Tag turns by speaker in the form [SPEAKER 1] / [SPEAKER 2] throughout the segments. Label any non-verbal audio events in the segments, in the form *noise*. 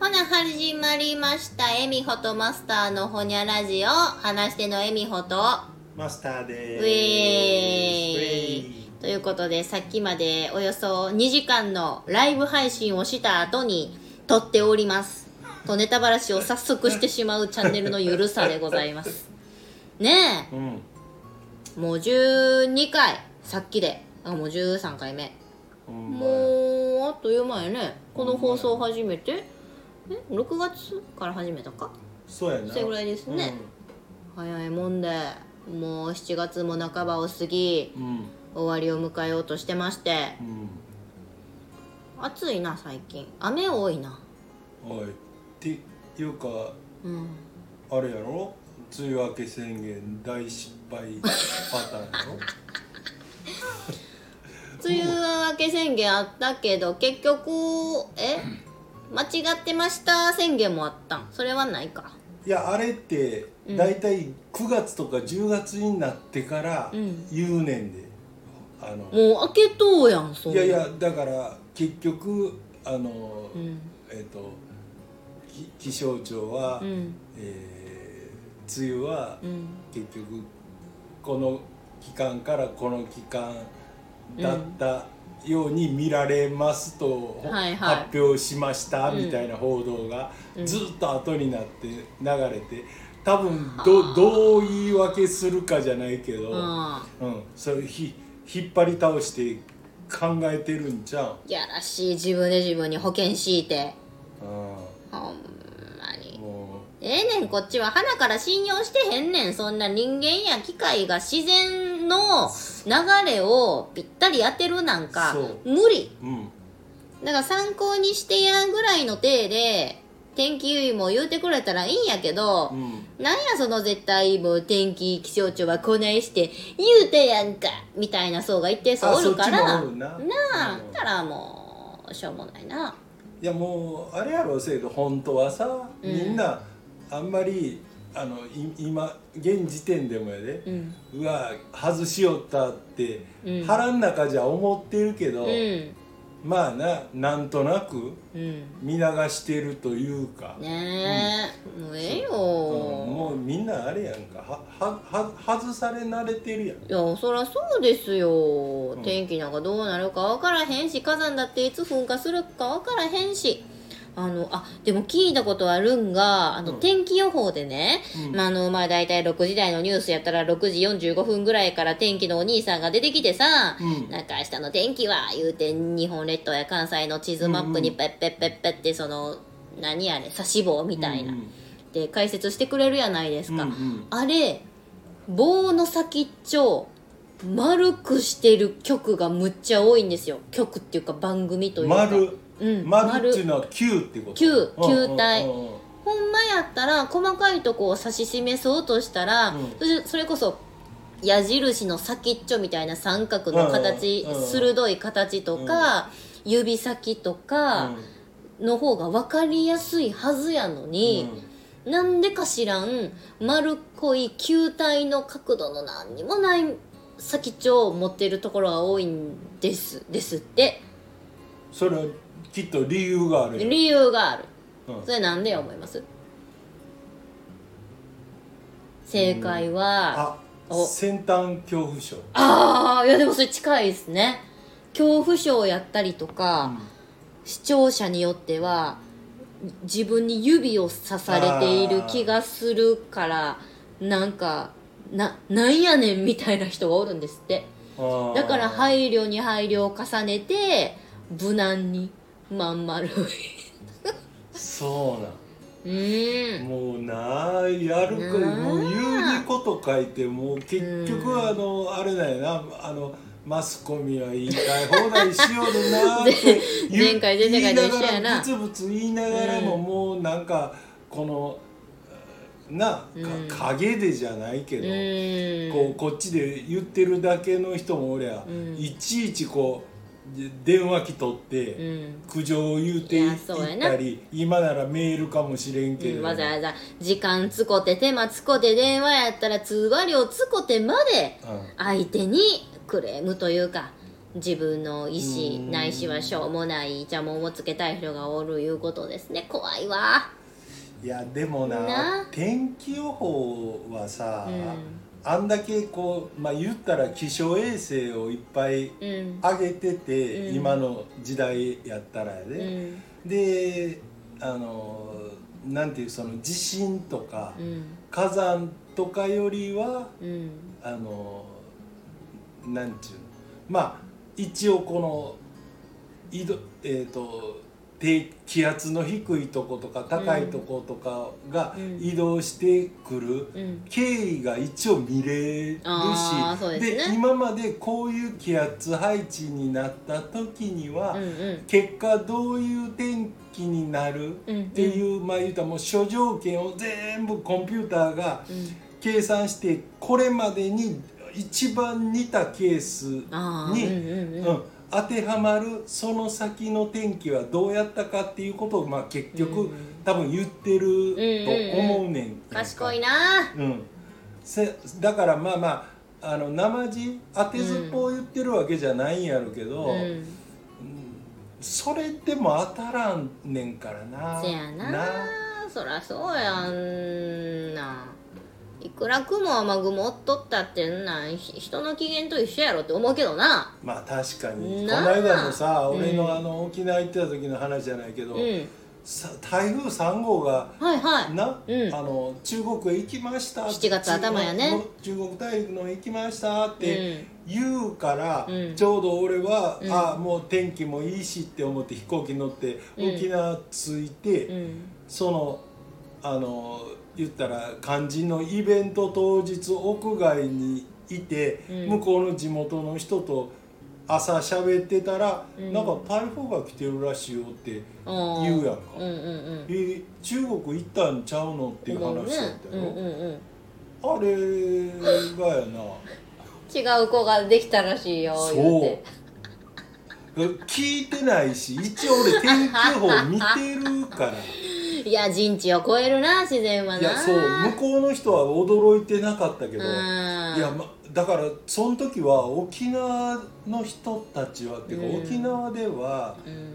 [SPEAKER 1] 始まりましたえみほとマスターのほにゃラジオ話してのえみほと
[SPEAKER 2] マスター
[SPEAKER 1] ウ
[SPEAKER 2] で
[SPEAKER 1] ェ
[SPEAKER 2] す。
[SPEAKER 1] ーイ
[SPEAKER 2] ウェイ
[SPEAKER 1] ということでさっきまでおよそ2時間のライブ配信をした後に撮っておりますとネタバラシを早速してしまうチャンネルのゆるさでござい
[SPEAKER 2] *laughs*
[SPEAKER 1] ますね
[SPEAKER 2] うん。
[SPEAKER 1] えもう12回さっきであもう13回目
[SPEAKER 2] ほんまや
[SPEAKER 1] もうあっという間やねこの放送始めてえ6月から始めたか
[SPEAKER 2] そうやな。
[SPEAKER 1] それぐらいですね早いもんでもう7月も半ばを過ぎ
[SPEAKER 2] うん。うん。
[SPEAKER 1] 終わりを迎えようとしてまして
[SPEAKER 2] うん。
[SPEAKER 1] 暑いな最近雨多いな
[SPEAKER 2] おい。ってっていうか
[SPEAKER 1] うん
[SPEAKER 2] あれやろ。梅雨明け宣言大失敗パターンやろ。
[SPEAKER 1] *laughs* 梅雨明け宣言あったけど結局え間違ってました宣言もあったんそれはないか
[SPEAKER 2] いやあれって
[SPEAKER 1] うん
[SPEAKER 2] だいたい9月とか10月になってから
[SPEAKER 1] うん
[SPEAKER 2] 言うねんで。あの。
[SPEAKER 1] もう明けとうやんそん
[SPEAKER 2] い
[SPEAKER 1] な
[SPEAKER 2] やいやだから結局あの、
[SPEAKER 1] うん
[SPEAKER 2] えっ、とき気象庁は、
[SPEAKER 1] うん
[SPEAKER 2] えー梅雨は
[SPEAKER 1] うん
[SPEAKER 2] 結局この期間からこの期間だったように見られますと、
[SPEAKER 1] はいはい
[SPEAKER 2] 発表しました
[SPEAKER 1] うん
[SPEAKER 2] みたいな報道が
[SPEAKER 1] うん
[SPEAKER 2] ずっと後になって流れて多分どどう言い訳するかじゃないけど、うん
[SPEAKER 1] あ
[SPEAKER 2] それひ引っ張り倒して考えてるんじゃん。
[SPEAKER 1] やらしい自分で自分に保険敷いて
[SPEAKER 2] う
[SPEAKER 1] ほんまに
[SPEAKER 2] んも
[SPEAKER 1] ええねんこっちは花から信用してへんねんそんな人間や機械が自然の流れをぴったり当てるなんか
[SPEAKER 2] そう
[SPEAKER 1] 無理
[SPEAKER 2] ううん
[SPEAKER 1] だから参考にしてやぐらいの体で天気優位も言うてくれたらいいんやけど、
[SPEAKER 2] うん
[SPEAKER 1] なんやその絶対もう天気気象庁はこないして言うてやんかみたいな層が一定層おるから
[SPEAKER 2] あそっちもおるな
[SPEAKER 1] な
[SPEAKER 2] う
[SPEAKER 1] あ
[SPEAKER 2] ん
[SPEAKER 1] だからもうしょうもないない
[SPEAKER 2] やもうあれやろせいど本当はさ、
[SPEAKER 1] うん
[SPEAKER 2] みんなあんまりあのい今現時点でもやで
[SPEAKER 1] う、ん
[SPEAKER 2] うわ外しよったって、
[SPEAKER 1] うん
[SPEAKER 2] 腹ん中じゃ思ってるけ
[SPEAKER 1] う
[SPEAKER 2] ど、
[SPEAKER 1] ん
[SPEAKER 2] まあななんとなく
[SPEAKER 1] うん
[SPEAKER 2] 見流してるというか、
[SPEAKER 1] ねえ、もうええよ、
[SPEAKER 2] うんもうみんなあれやんかははは外され慣れてるやん
[SPEAKER 1] いやそらそうですよ、
[SPEAKER 2] ん
[SPEAKER 1] 天気なんかどうなるか分からへんし火山だっていつ噴火するか分からへんしあのあでも聞いたことあるんがあの、
[SPEAKER 2] うん
[SPEAKER 1] 天気予報でね、
[SPEAKER 2] うん
[SPEAKER 1] まあ、あのまあ大体6時台のニュースやったら6時45分ぐらいから天気のお兄さんが出てきてさ、
[SPEAKER 2] うん
[SPEAKER 1] なんか明日の天気は言うて日本列島や関西の地図マップにペッペッペッペッってその何あれ指し棒みたいな、
[SPEAKER 2] うん
[SPEAKER 1] で解説してくれるやないです
[SPEAKER 2] うん
[SPEAKER 1] か、
[SPEAKER 2] うん
[SPEAKER 1] あれ棒の先っちょ丸くしてる曲がむっちゃ多いんですよ曲っていうか番組というか
[SPEAKER 2] 丸、
[SPEAKER 1] うん、
[SPEAKER 2] 丸っていうのは球ってこと
[SPEAKER 1] 球球体
[SPEAKER 2] うんうんうんうん
[SPEAKER 1] ほんまやったら細かいとこを指し示そうとしたら、
[SPEAKER 2] うん
[SPEAKER 1] そしそれこそ矢印の先っちょみたいな三角の形、
[SPEAKER 2] うんうんうん
[SPEAKER 1] 鋭い形とか、指先とかの方が分かりやすいはずやのに、
[SPEAKER 2] うん
[SPEAKER 1] なんでか知らん丸っこい球体の角度の何にもない先っちょを持ってるところが多いんですですって
[SPEAKER 2] それはきっと理由があるよ
[SPEAKER 1] 理由がある
[SPEAKER 2] うん
[SPEAKER 1] それなんでや思います正解は、
[SPEAKER 2] あ
[SPEAKER 1] お
[SPEAKER 2] 先端恐怖症
[SPEAKER 1] ああいやでもそれ近いですね恐怖症やったりとか、視聴者によっては自分に指を刺されている気がするからなんかななんやねんみたいな人がおるんですってだから
[SPEAKER 2] い
[SPEAKER 1] 配慮に配慮を重ねて無難にまん丸い
[SPEAKER 2] そう
[SPEAKER 1] *laughs* う
[SPEAKER 2] なん
[SPEAKER 1] ーん
[SPEAKER 2] もうなあやるか
[SPEAKER 1] なあ
[SPEAKER 2] もう言うこと書いてもう結局あのあれだよなあのマスコミは言いたい放題しよるなあ
[SPEAKER 1] *laughs*
[SPEAKER 2] って言
[SPEAKER 1] 前回前々回と一緒
[SPEAKER 2] 言
[SPEAKER 1] やな
[SPEAKER 2] いがらブツブツ言いながらも
[SPEAKER 1] うん
[SPEAKER 2] もうなんかこのなあか
[SPEAKER 1] うん
[SPEAKER 2] 影でじゃないけ
[SPEAKER 1] う
[SPEAKER 2] ど、
[SPEAKER 1] ーん
[SPEAKER 2] こうこっちで言ってるだけの人もおりゃ、
[SPEAKER 1] うん
[SPEAKER 2] いちいちこうで電話機取って、
[SPEAKER 1] うん
[SPEAKER 2] 苦情を言うて
[SPEAKER 1] い
[SPEAKER 2] い
[SPEAKER 1] や
[SPEAKER 2] 言
[SPEAKER 1] そうや
[SPEAKER 2] っ
[SPEAKER 1] な
[SPEAKER 2] たり今ならメールかもしれんけれど
[SPEAKER 1] わざわざ時間つこて手間つこて電話やったら通話料つこてまで
[SPEAKER 2] うん
[SPEAKER 1] 相手にクレームというか自分の意
[SPEAKER 2] う
[SPEAKER 1] 思
[SPEAKER 2] ん
[SPEAKER 1] ないしはしょうもない邪魔をつけたい人がおるいうことですね怖いわ
[SPEAKER 2] いやでもな
[SPEAKER 1] な
[SPEAKER 2] 天気予報はさ、
[SPEAKER 1] うん
[SPEAKER 2] あんだけこうまあ言ったら気象衛星をいっぱい
[SPEAKER 1] うん
[SPEAKER 2] 上げてて、
[SPEAKER 1] うん
[SPEAKER 2] 今の時代やったらや
[SPEAKER 1] う
[SPEAKER 2] で、
[SPEAKER 1] ん
[SPEAKER 2] であのなんていうその地震とか、
[SPEAKER 1] うん
[SPEAKER 2] 火山とかよりは
[SPEAKER 1] うん
[SPEAKER 2] あのなんちゅうのまあ一応この緯度えっ、と低気圧の低いとことか高いとことかが
[SPEAKER 1] うん
[SPEAKER 2] 移動してくる
[SPEAKER 1] うん
[SPEAKER 2] 経緯が一応見れるし
[SPEAKER 1] あーそうですね
[SPEAKER 2] 今までこういう気圧配置になった時には、
[SPEAKER 1] うんうん
[SPEAKER 2] 結果どういう天気になるっ
[SPEAKER 1] うん
[SPEAKER 2] ていう、まあ言うたらもう諸条件を全部コンピューターが
[SPEAKER 1] うん
[SPEAKER 2] 計算してこれまでに一番似たケースに、
[SPEAKER 1] ああうんうんう
[SPEAKER 2] うんん当てはまるその先の天気はどうやったかっていうことを、まあ、結局、
[SPEAKER 1] うん
[SPEAKER 2] 多分言ってると思うねん,、
[SPEAKER 1] 賢いな
[SPEAKER 2] うん、せだからまあまああの生地当てずっぽう言ってるわけじゃないんやろうけど、
[SPEAKER 1] うん
[SPEAKER 2] それでも当たらんねんからな
[SPEAKER 1] せやなそらそうやあんないくら雲雨雲おっとったってんなんひ人の機嫌と一緒やろって思うけどな
[SPEAKER 2] まあ確かにこ
[SPEAKER 1] なあ
[SPEAKER 2] の間のさ
[SPEAKER 1] うん
[SPEAKER 2] 俺のあの沖縄行ってた時の話じゃないけ
[SPEAKER 1] う
[SPEAKER 2] ど、
[SPEAKER 1] んはい
[SPEAKER 2] さ台風3号が
[SPEAKER 1] はい
[SPEAKER 2] な、
[SPEAKER 1] うん
[SPEAKER 2] あの中国へ行きました
[SPEAKER 1] 7月頭やね
[SPEAKER 2] 中国中国大陸の方へ行きましたって
[SPEAKER 1] う
[SPEAKER 2] 言うから、
[SPEAKER 1] うん
[SPEAKER 2] ちょうど俺は、
[SPEAKER 1] うん
[SPEAKER 2] ああもう天気もいいしって思って飛行機乗って
[SPEAKER 1] うん
[SPEAKER 2] 沖縄着いて、
[SPEAKER 1] うん
[SPEAKER 2] そのあの言ったら肝心のイベント当日屋外にいて、
[SPEAKER 1] うん
[SPEAKER 2] 向こうの地元の人と朝喋ってたら、
[SPEAKER 1] うん
[SPEAKER 2] なんか台風が来てるらしいよって
[SPEAKER 1] あー
[SPEAKER 2] 言うやんか
[SPEAKER 1] うんうんうん
[SPEAKER 2] えー中国行ったんちゃうのっていう話
[SPEAKER 1] 思うね
[SPEAKER 2] だった
[SPEAKER 1] うん
[SPEAKER 2] よ、
[SPEAKER 1] うんうん
[SPEAKER 2] あれがやな
[SPEAKER 1] 違う子ができたらしいよ言
[SPEAKER 2] そう
[SPEAKER 1] て
[SPEAKER 2] 聞いてないし一応俺天気予報見てるから
[SPEAKER 1] いや人知を超えるな自然はない
[SPEAKER 2] いやそう向こうの人は驚いてなかったけど、いや、
[SPEAKER 1] や
[SPEAKER 2] ま、だからその時は沖縄の人たちはっていうか、
[SPEAKER 1] うん
[SPEAKER 2] 沖縄では
[SPEAKER 1] うん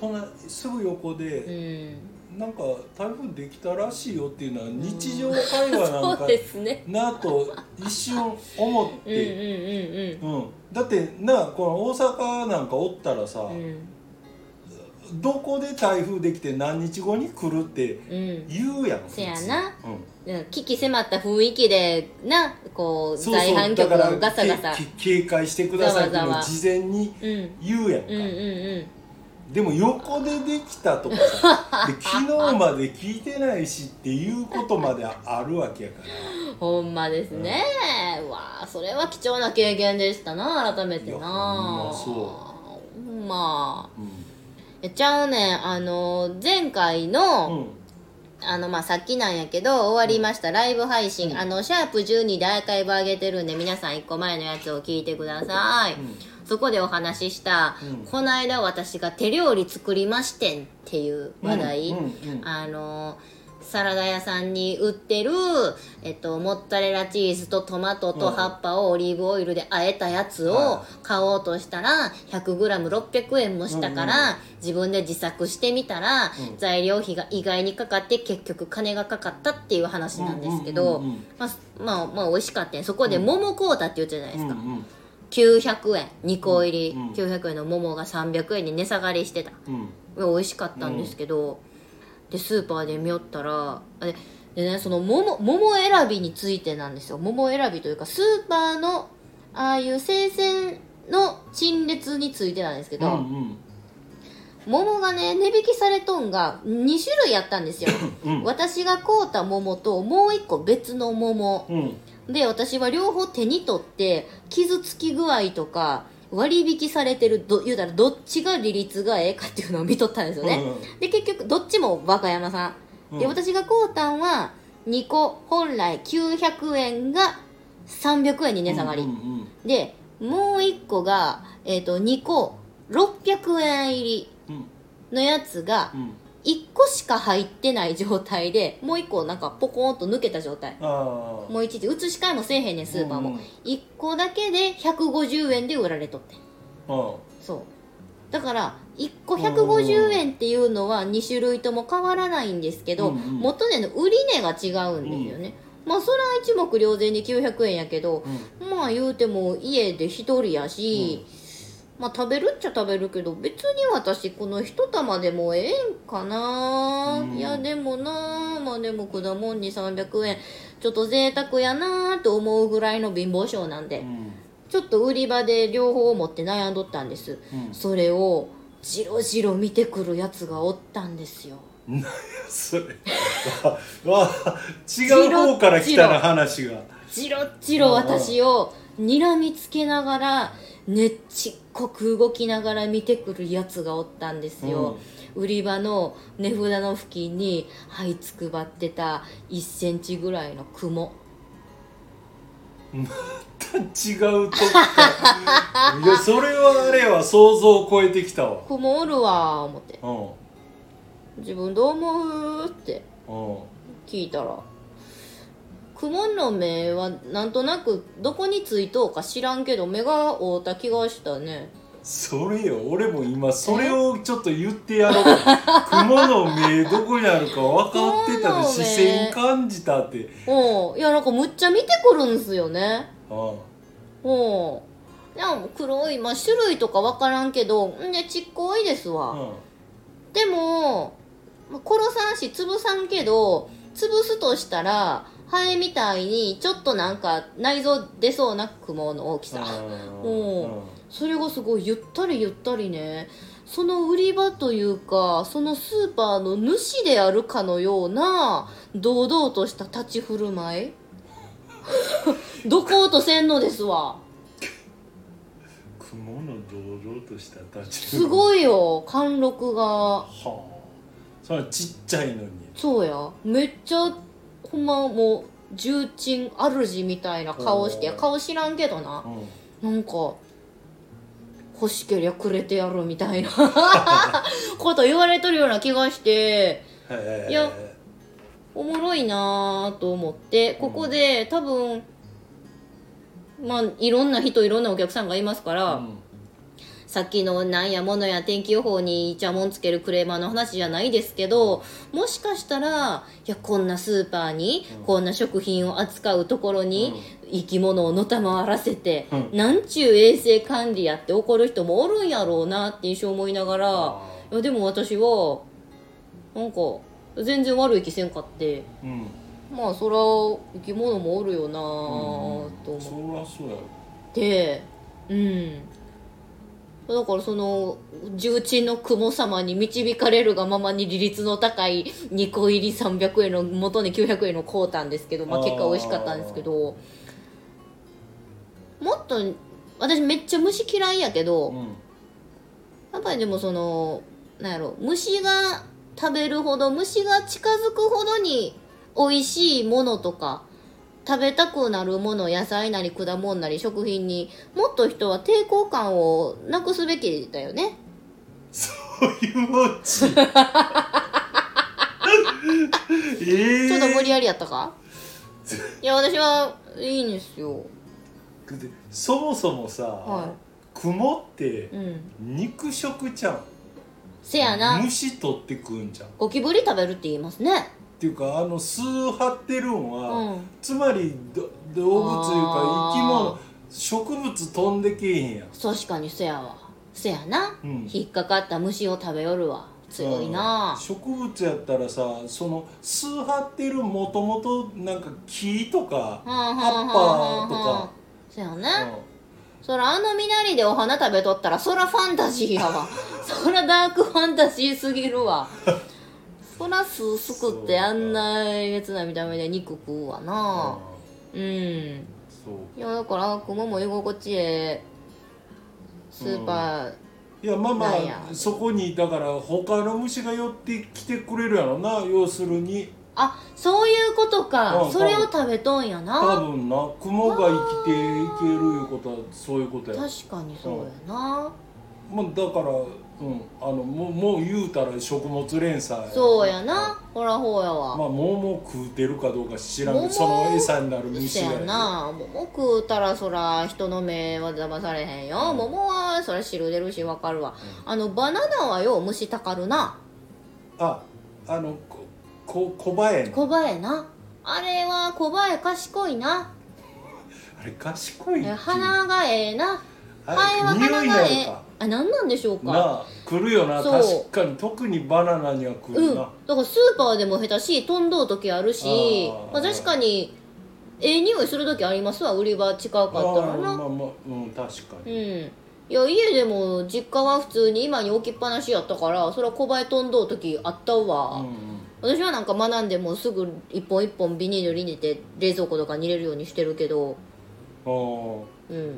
[SPEAKER 2] 隣すぐ横で、
[SPEAKER 1] うん
[SPEAKER 2] なんか台風できたらしいよっていうのは日常会話なん
[SPEAKER 1] そ
[SPEAKER 2] か
[SPEAKER 1] うですね
[SPEAKER 2] なと一瞬思っ
[SPEAKER 1] うんうん
[SPEAKER 2] て、うんだってなこの大阪なんかおったらさ、
[SPEAKER 1] うんうん
[SPEAKER 2] どこで台風できて何日後に来るって
[SPEAKER 1] うんうん
[SPEAKER 2] 言うやん
[SPEAKER 1] せやな
[SPEAKER 2] 普通うん
[SPEAKER 1] うん危機迫った雰囲気でなこう
[SPEAKER 2] そう
[SPEAKER 1] 在
[SPEAKER 2] そう
[SPEAKER 1] 阪
[SPEAKER 2] だ
[SPEAKER 1] 局
[SPEAKER 2] から
[SPEAKER 1] のガサガサ
[SPEAKER 2] け警戒してくださいっていう
[SPEAKER 1] ざわざ
[SPEAKER 2] のを
[SPEAKER 1] わ
[SPEAKER 2] 事前に
[SPEAKER 1] うん
[SPEAKER 2] 言うやんか、
[SPEAKER 1] うんうんうん
[SPEAKER 2] でも横でできたとかさで昨日まで聞いてないしっていうことまであるわけやから
[SPEAKER 1] ほんまですね、うわあそれは貴重な経験でしたな改めてない
[SPEAKER 2] やほんまそう
[SPEAKER 1] ほんま
[SPEAKER 2] う
[SPEAKER 1] えちゃうねんあの前回の、
[SPEAKER 2] ん、うん、
[SPEAKER 1] あのまあさっきなんやけど終わりましたライブ配信、
[SPEAKER 2] うん
[SPEAKER 1] あのシャープ12でアーカイブ上げてるんで皆さん1個前のやつを聞いてください、
[SPEAKER 2] う
[SPEAKER 1] そこでお話しした、
[SPEAKER 2] うん
[SPEAKER 1] こないだ私が手料理作りましてんっていう話題、
[SPEAKER 2] うんうんうん
[SPEAKER 1] あのサラダ屋さんに売ってる、えっと、モッツァレラチーズとトマトと
[SPEAKER 2] うん
[SPEAKER 1] 葉っぱをオリーブオイルで和えたやつを
[SPEAKER 2] は
[SPEAKER 1] 買おうとしたら 100g600 円もしたから
[SPEAKER 2] うんうん
[SPEAKER 1] 自分で自作してみたら
[SPEAKER 2] うん
[SPEAKER 1] 材料費が意外にかかって結局金がかかったっていう話なんですけ
[SPEAKER 2] う
[SPEAKER 1] ど
[SPEAKER 2] んうんうんうん
[SPEAKER 1] まあまあまあ美味しかったんそこで桃こうたって言ってたじゃないですか、
[SPEAKER 2] うんうん
[SPEAKER 1] 900円2個入り、
[SPEAKER 2] うんうん
[SPEAKER 1] 900円の桃が300円に値下がりしてた
[SPEAKER 2] うん
[SPEAKER 1] 美味しかったんですけど、でスーパーで見よったらあででねその桃桃選びについてなんですよ桃選びというかスーパーのああいう生鮮の陳列についてなんですけ
[SPEAKER 2] う
[SPEAKER 1] ど、
[SPEAKER 2] ん
[SPEAKER 1] 桃がね値引きされとんが2種類やったんですよ
[SPEAKER 2] うん
[SPEAKER 1] 私が買うた桃ともう1個別の桃
[SPEAKER 2] うん
[SPEAKER 1] で私は両方手に取って傷つき具合とか割引されてるど言うたらどっちが利率がええかっていうのを見とったんですよね、で結局どっちも若山さん、で
[SPEAKER 2] うん
[SPEAKER 1] 私がこうたんは2個本来900円が300円に値下がり、
[SPEAKER 2] うんうん
[SPEAKER 1] でもう1個が、えー、と2個600円入り
[SPEAKER 2] うん
[SPEAKER 1] のやつが
[SPEAKER 2] うん
[SPEAKER 1] 1個しか入ってない状態でもう1個なんかポコーンと抜けた状態
[SPEAKER 2] ああ
[SPEAKER 1] もう一時移し替えもせえへんねんスーパー
[SPEAKER 2] うん
[SPEAKER 1] も
[SPEAKER 2] うん
[SPEAKER 1] 1個だけで150円で売られとってん
[SPEAKER 2] あ
[SPEAKER 1] そうだから1個150円っていうのは2種類とも変わらないんですけど、
[SPEAKER 2] うんうん
[SPEAKER 1] 元値の売り値が違うんですよね、まあそれは一目瞭然で900円やけど、まあ言うても家で一人やし、まあ食べるっちゃ食べるけど別に私この一玉でもええんかな、
[SPEAKER 2] うん
[SPEAKER 1] いやでもなまあでも果物に300円ちょっと贅沢やなと思うぐらいの貧乏症なんで、
[SPEAKER 2] うん
[SPEAKER 1] ちょっと売り場で両方持って悩んどったんです、
[SPEAKER 2] うん
[SPEAKER 1] それをじろじろ見てくるやつがおったんですよ
[SPEAKER 2] 何やそれわあ違う方から来たな話が
[SPEAKER 1] じろじろ私を睨みつけながらねっちっこく動きながら見てくるやつがおったんですよ、売り場の値札の付近に這いつくばってた1センチぐらいの雲
[SPEAKER 2] 違うとこからいやそれはあれは想像を超えてきたわ
[SPEAKER 1] 雲おるわー思って
[SPEAKER 2] うんうん
[SPEAKER 1] 自分どう思うって聞いたら雲の目はなんとなくどこについとうか知らんけど目が合うた気がしたね
[SPEAKER 2] それよ俺も今それをちょっと言ってやろう
[SPEAKER 1] *laughs*
[SPEAKER 2] 雲の目どこにあるか分かってた
[SPEAKER 1] 雲の
[SPEAKER 2] で視
[SPEAKER 1] 目
[SPEAKER 2] 線感じたって
[SPEAKER 1] おういやなんかむっちゃ見てくるんすよね
[SPEAKER 2] うん
[SPEAKER 1] おうでも黒いまあ種類とか分からんけどんでちっこいですわ、
[SPEAKER 2] うん
[SPEAKER 1] でもまあ殺さんし潰さんけど潰すとしたらハエみたいにちょっとなんか内臓出そうな雲の大きさおそれがすごいゆったりゆったりねその売り場というかそのスーパーの主であるかのような堂々とした立ち振る舞い *laughs* どことせんのですわ
[SPEAKER 2] 雲の堂々とした立ち
[SPEAKER 1] す
[SPEAKER 2] い
[SPEAKER 1] ごいよ貫禄が
[SPEAKER 2] はあそれはちっちゃいのに
[SPEAKER 1] そうやめっちゃほんまもう重鎮主みたいな顔して
[SPEAKER 2] おー
[SPEAKER 1] 顔知らんけどな
[SPEAKER 2] うん
[SPEAKER 1] なんか欲しけりゃくれてやるみた
[SPEAKER 2] *laughs*
[SPEAKER 1] いなこと言われとるような気がして
[SPEAKER 2] へえ
[SPEAKER 1] いやおもろいなぁと思ってここで多分まあいろんな人いろんなお客さんがいますから、
[SPEAKER 2] うん
[SPEAKER 1] さっきのなんやものや天気予報にイチャモンつけるクレーマーの話じゃないですけどもしかしたらいやこんなスーパーに、
[SPEAKER 2] うん
[SPEAKER 1] こんな食品を扱うところに、生き物をのたまわらせて、
[SPEAKER 2] うん
[SPEAKER 1] なんちゅう衛生管理やって怒る人もおるんやろうなって一生思いながら
[SPEAKER 2] あ
[SPEAKER 1] いやでも私はなんか全然悪い気せんかって
[SPEAKER 2] ーうん
[SPEAKER 1] まあそら生き物もおるよなと思って。
[SPEAKER 2] そりゃそうやろ
[SPEAKER 1] でうんだからその重鎮の雲様に導かれるがままに利率の高い2個入り300円の元に900円の買うたんですけど、まあ、
[SPEAKER 2] あー
[SPEAKER 1] 結果美味しかったんですけどもっと私めっちゃ虫嫌いやけど、
[SPEAKER 2] う
[SPEAKER 1] *laughs*
[SPEAKER 2] ん *laughs*
[SPEAKER 1] やっぱりでもそのなんやろ虫が食べるほど虫が近づくほどに美味しいものとか食べたくなるもの野菜なり果物なり食品にもっと人は抵抗感をなくすべきだよね
[SPEAKER 2] そういうオチ
[SPEAKER 1] *laughs*
[SPEAKER 2] ええ
[SPEAKER 1] ちょっと無理やりやっ
[SPEAKER 2] *laughs*
[SPEAKER 1] たかいや私はいいんですよ
[SPEAKER 2] でそもそもさ、
[SPEAKER 1] は
[SPEAKER 2] 雲って
[SPEAKER 1] いうん
[SPEAKER 2] 肉食じゃん
[SPEAKER 1] せやな
[SPEAKER 2] 虫取って食うんじゃんっ
[SPEAKER 1] ゴキブリ食べるって言いますね
[SPEAKER 2] ていうかあの巣張ってるん
[SPEAKER 1] う
[SPEAKER 2] は、
[SPEAKER 1] ん
[SPEAKER 2] つまりど動物というか生き
[SPEAKER 1] あ
[SPEAKER 2] 物植物飛んでけえへんやん
[SPEAKER 1] 確かにせやわせやな、
[SPEAKER 2] うん
[SPEAKER 1] 引っかかった虫を食べよるわ強いな、
[SPEAKER 2] うん植物やったらさその巣張ってるもともとなんか木とか葉っぱとか
[SPEAKER 1] そうやね、そらあの身なりでお花食べとったらそらファンタジーやわ
[SPEAKER 2] *laughs*
[SPEAKER 1] そらダークファンタジーすぎるわそらすすくってあんなえげつない見た目で肉食うわ
[SPEAKER 2] うん
[SPEAKER 1] なうん、
[SPEAKER 2] そう
[SPEAKER 1] いやだから雲も居心地ええスーパー、
[SPEAKER 2] いやまあま
[SPEAKER 1] なんや
[SPEAKER 2] あそこにだから他の虫が寄ってきてくれるやろな要するに
[SPEAKER 1] あそういうことか、
[SPEAKER 2] うん
[SPEAKER 1] それを食べとんや
[SPEAKER 2] 多
[SPEAKER 1] な
[SPEAKER 2] 分な雲が生きていけるいうことはそういうことや
[SPEAKER 1] 確かにそうやな、
[SPEAKER 2] まあだから、うん、あのもうもう言うたら食物連鎖や
[SPEAKER 1] そうやなほらほうやわ、
[SPEAKER 2] まあ桃食うてるかどうか知らんけど
[SPEAKER 1] 桃
[SPEAKER 2] その餌になる
[SPEAKER 1] そ
[SPEAKER 2] 虫が
[SPEAKER 1] やな桃食うたらそら人の目は騙されへんよ、桃はそら汁出るしわかるわ、あのバナナはよう虫たかるな
[SPEAKER 2] ああのここ小映えの
[SPEAKER 1] 小バエなあれは小バエ賢いな
[SPEAKER 2] あれ賢いって
[SPEAKER 1] え
[SPEAKER 2] いう
[SPEAKER 1] 鼻がええな
[SPEAKER 2] あれ
[SPEAKER 1] ハエは鼻
[SPEAKER 2] 匂いな
[SPEAKER 1] が
[SPEAKER 2] の
[SPEAKER 1] ええ
[SPEAKER 2] か
[SPEAKER 1] あ何なんでしょう
[SPEAKER 2] な
[SPEAKER 1] か
[SPEAKER 2] あ来るよな
[SPEAKER 1] そう
[SPEAKER 2] 確かに特にバナナには来
[SPEAKER 1] うん
[SPEAKER 2] る
[SPEAKER 1] だ
[SPEAKER 2] な、
[SPEAKER 1] からスーパーでも下手し飛んどう時あるし
[SPEAKER 2] あー
[SPEAKER 1] まあ、確かにええ匂いする時ありますわ売り場近かった
[SPEAKER 2] あ
[SPEAKER 1] ら
[SPEAKER 2] あまあ
[SPEAKER 1] な
[SPEAKER 2] まあうん確か
[SPEAKER 1] うん
[SPEAKER 2] に、
[SPEAKER 1] いや家でも実家は普通に今に置きっぱなしやったからそれは小映え飛んどう時あった
[SPEAKER 2] うん
[SPEAKER 1] わ、
[SPEAKER 2] うん
[SPEAKER 1] 私はなんか学んでもうすぐ一本一本ビニールに入れて冷蔵庫とかに入れるようにしてるけど
[SPEAKER 2] あー
[SPEAKER 1] うん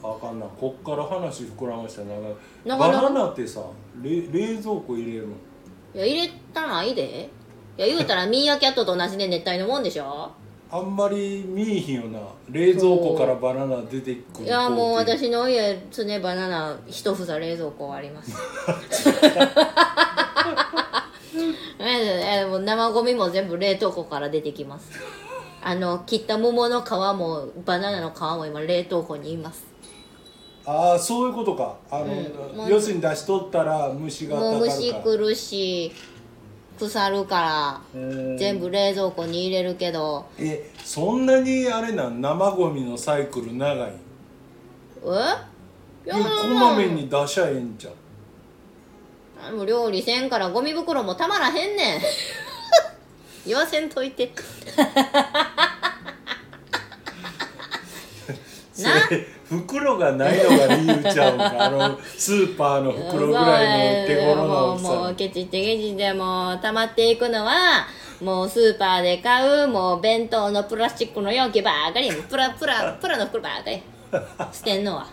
[SPEAKER 2] ああかんなこっから話膨らましたら長い
[SPEAKER 1] 長
[SPEAKER 2] バ
[SPEAKER 1] 々
[SPEAKER 2] ナナってされ冷蔵庫入れるの
[SPEAKER 1] いや入れたらいいでいや言うたらミーアキャットと同じで熱帯のもんでしょ
[SPEAKER 2] あんまり見えひんよな冷蔵庫からバナナ出てくる
[SPEAKER 1] いやもう
[SPEAKER 2] 光景
[SPEAKER 1] 私の家常バナナ一房冷蔵庫ありますええもう生ゴミも全部冷凍庫から出てきますあの切った桃の皮もバナナの皮も今冷凍庫にいます
[SPEAKER 2] ああそういうことかあの、
[SPEAKER 1] うんもう
[SPEAKER 2] 要するに出しとったら虫が
[SPEAKER 1] もう
[SPEAKER 2] たかる
[SPEAKER 1] 虫
[SPEAKER 2] から
[SPEAKER 1] 来るし腐るか
[SPEAKER 2] え
[SPEAKER 1] ら
[SPEAKER 2] ー
[SPEAKER 1] 全部冷蔵庫に入れるけど
[SPEAKER 2] えそんなにあれなん生ゴミのサイクル長い
[SPEAKER 1] えい
[SPEAKER 2] え
[SPEAKER 1] や
[SPEAKER 2] こまめに出しゃええんじゃん
[SPEAKER 1] あの料理せんからゴミ袋もたまらへんねん *laughs* 言わせんといて
[SPEAKER 2] それ袋がないのが理由ちゃうんかあのスーパーの袋ぐらいの手頃の大
[SPEAKER 1] もう
[SPEAKER 2] き
[SPEAKER 1] もう
[SPEAKER 2] さ
[SPEAKER 1] ケチってケチでもう溜まっていくのはもうスーパーで買うもう弁当のプラスチックの容器ばっかりもうプラプラプラの袋ばっかり捨てんのは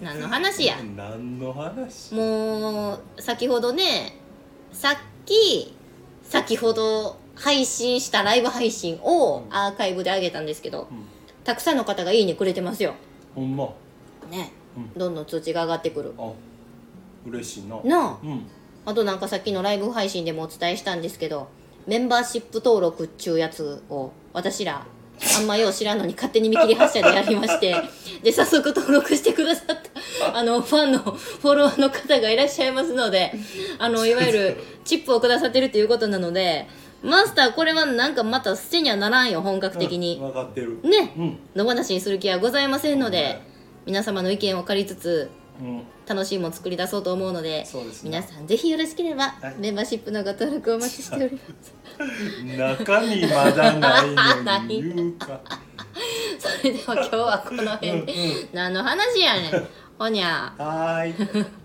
[SPEAKER 1] 何の話や
[SPEAKER 2] 何の話
[SPEAKER 1] もう先ほどねさっき先ほど配信したライブ配信をアーカイブで上げたんですけど、
[SPEAKER 2] ん
[SPEAKER 1] たくさんの方が「いいね」くれてますよ
[SPEAKER 2] ほんま
[SPEAKER 1] ね、
[SPEAKER 2] う
[SPEAKER 1] どんどん通知が上がってくる
[SPEAKER 2] あ嬉しいな
[SPEAKER 1] なあ
[SPEAKER 2] うん
[SPEAKER 1] あとなんかさっきのライブ配信でもお伝えしたんですけどメンバーシップ登録っちゅうやつを私らあんまよう知らんのに勝手に見切り発車でやりま
[SPEAKER 2] *laughs*
[SPEAKER 1] してで早速登録してくださったあのファンのフォロワーの方がいらっしゃいますのであのいわゆるチップをくださってるということなのでマスターこれはなんかまた捨てにはならんよ本格的に
[SPEAKER 2] 分かってる
[SPEAKER 1] ね
[SPEAKER 2] うん
[SPEAKER 1] 野放しにする気はございませんの
[SPEAKER 2] はい
[SPEAKER 1] で皆様の意見を借りつつ
[SPEAKER 2] うん
[SPEAKER 1] 楽しいもん作り出そうと思うので
[SPEAKER 2] そうですね
[SPEAKER 1] 皆さんぜひよろしければ、
[SPEAKER 2] はい
[SPEAKER 1] メンバーシップのご登録をお待ちしております
[SPEAKER 2] 中身まだないのに言う *laughs* か
[SPEAKER 1] それでは今日はこの辺で何の話やねんほにゃ
[SPEAKER 2] はーい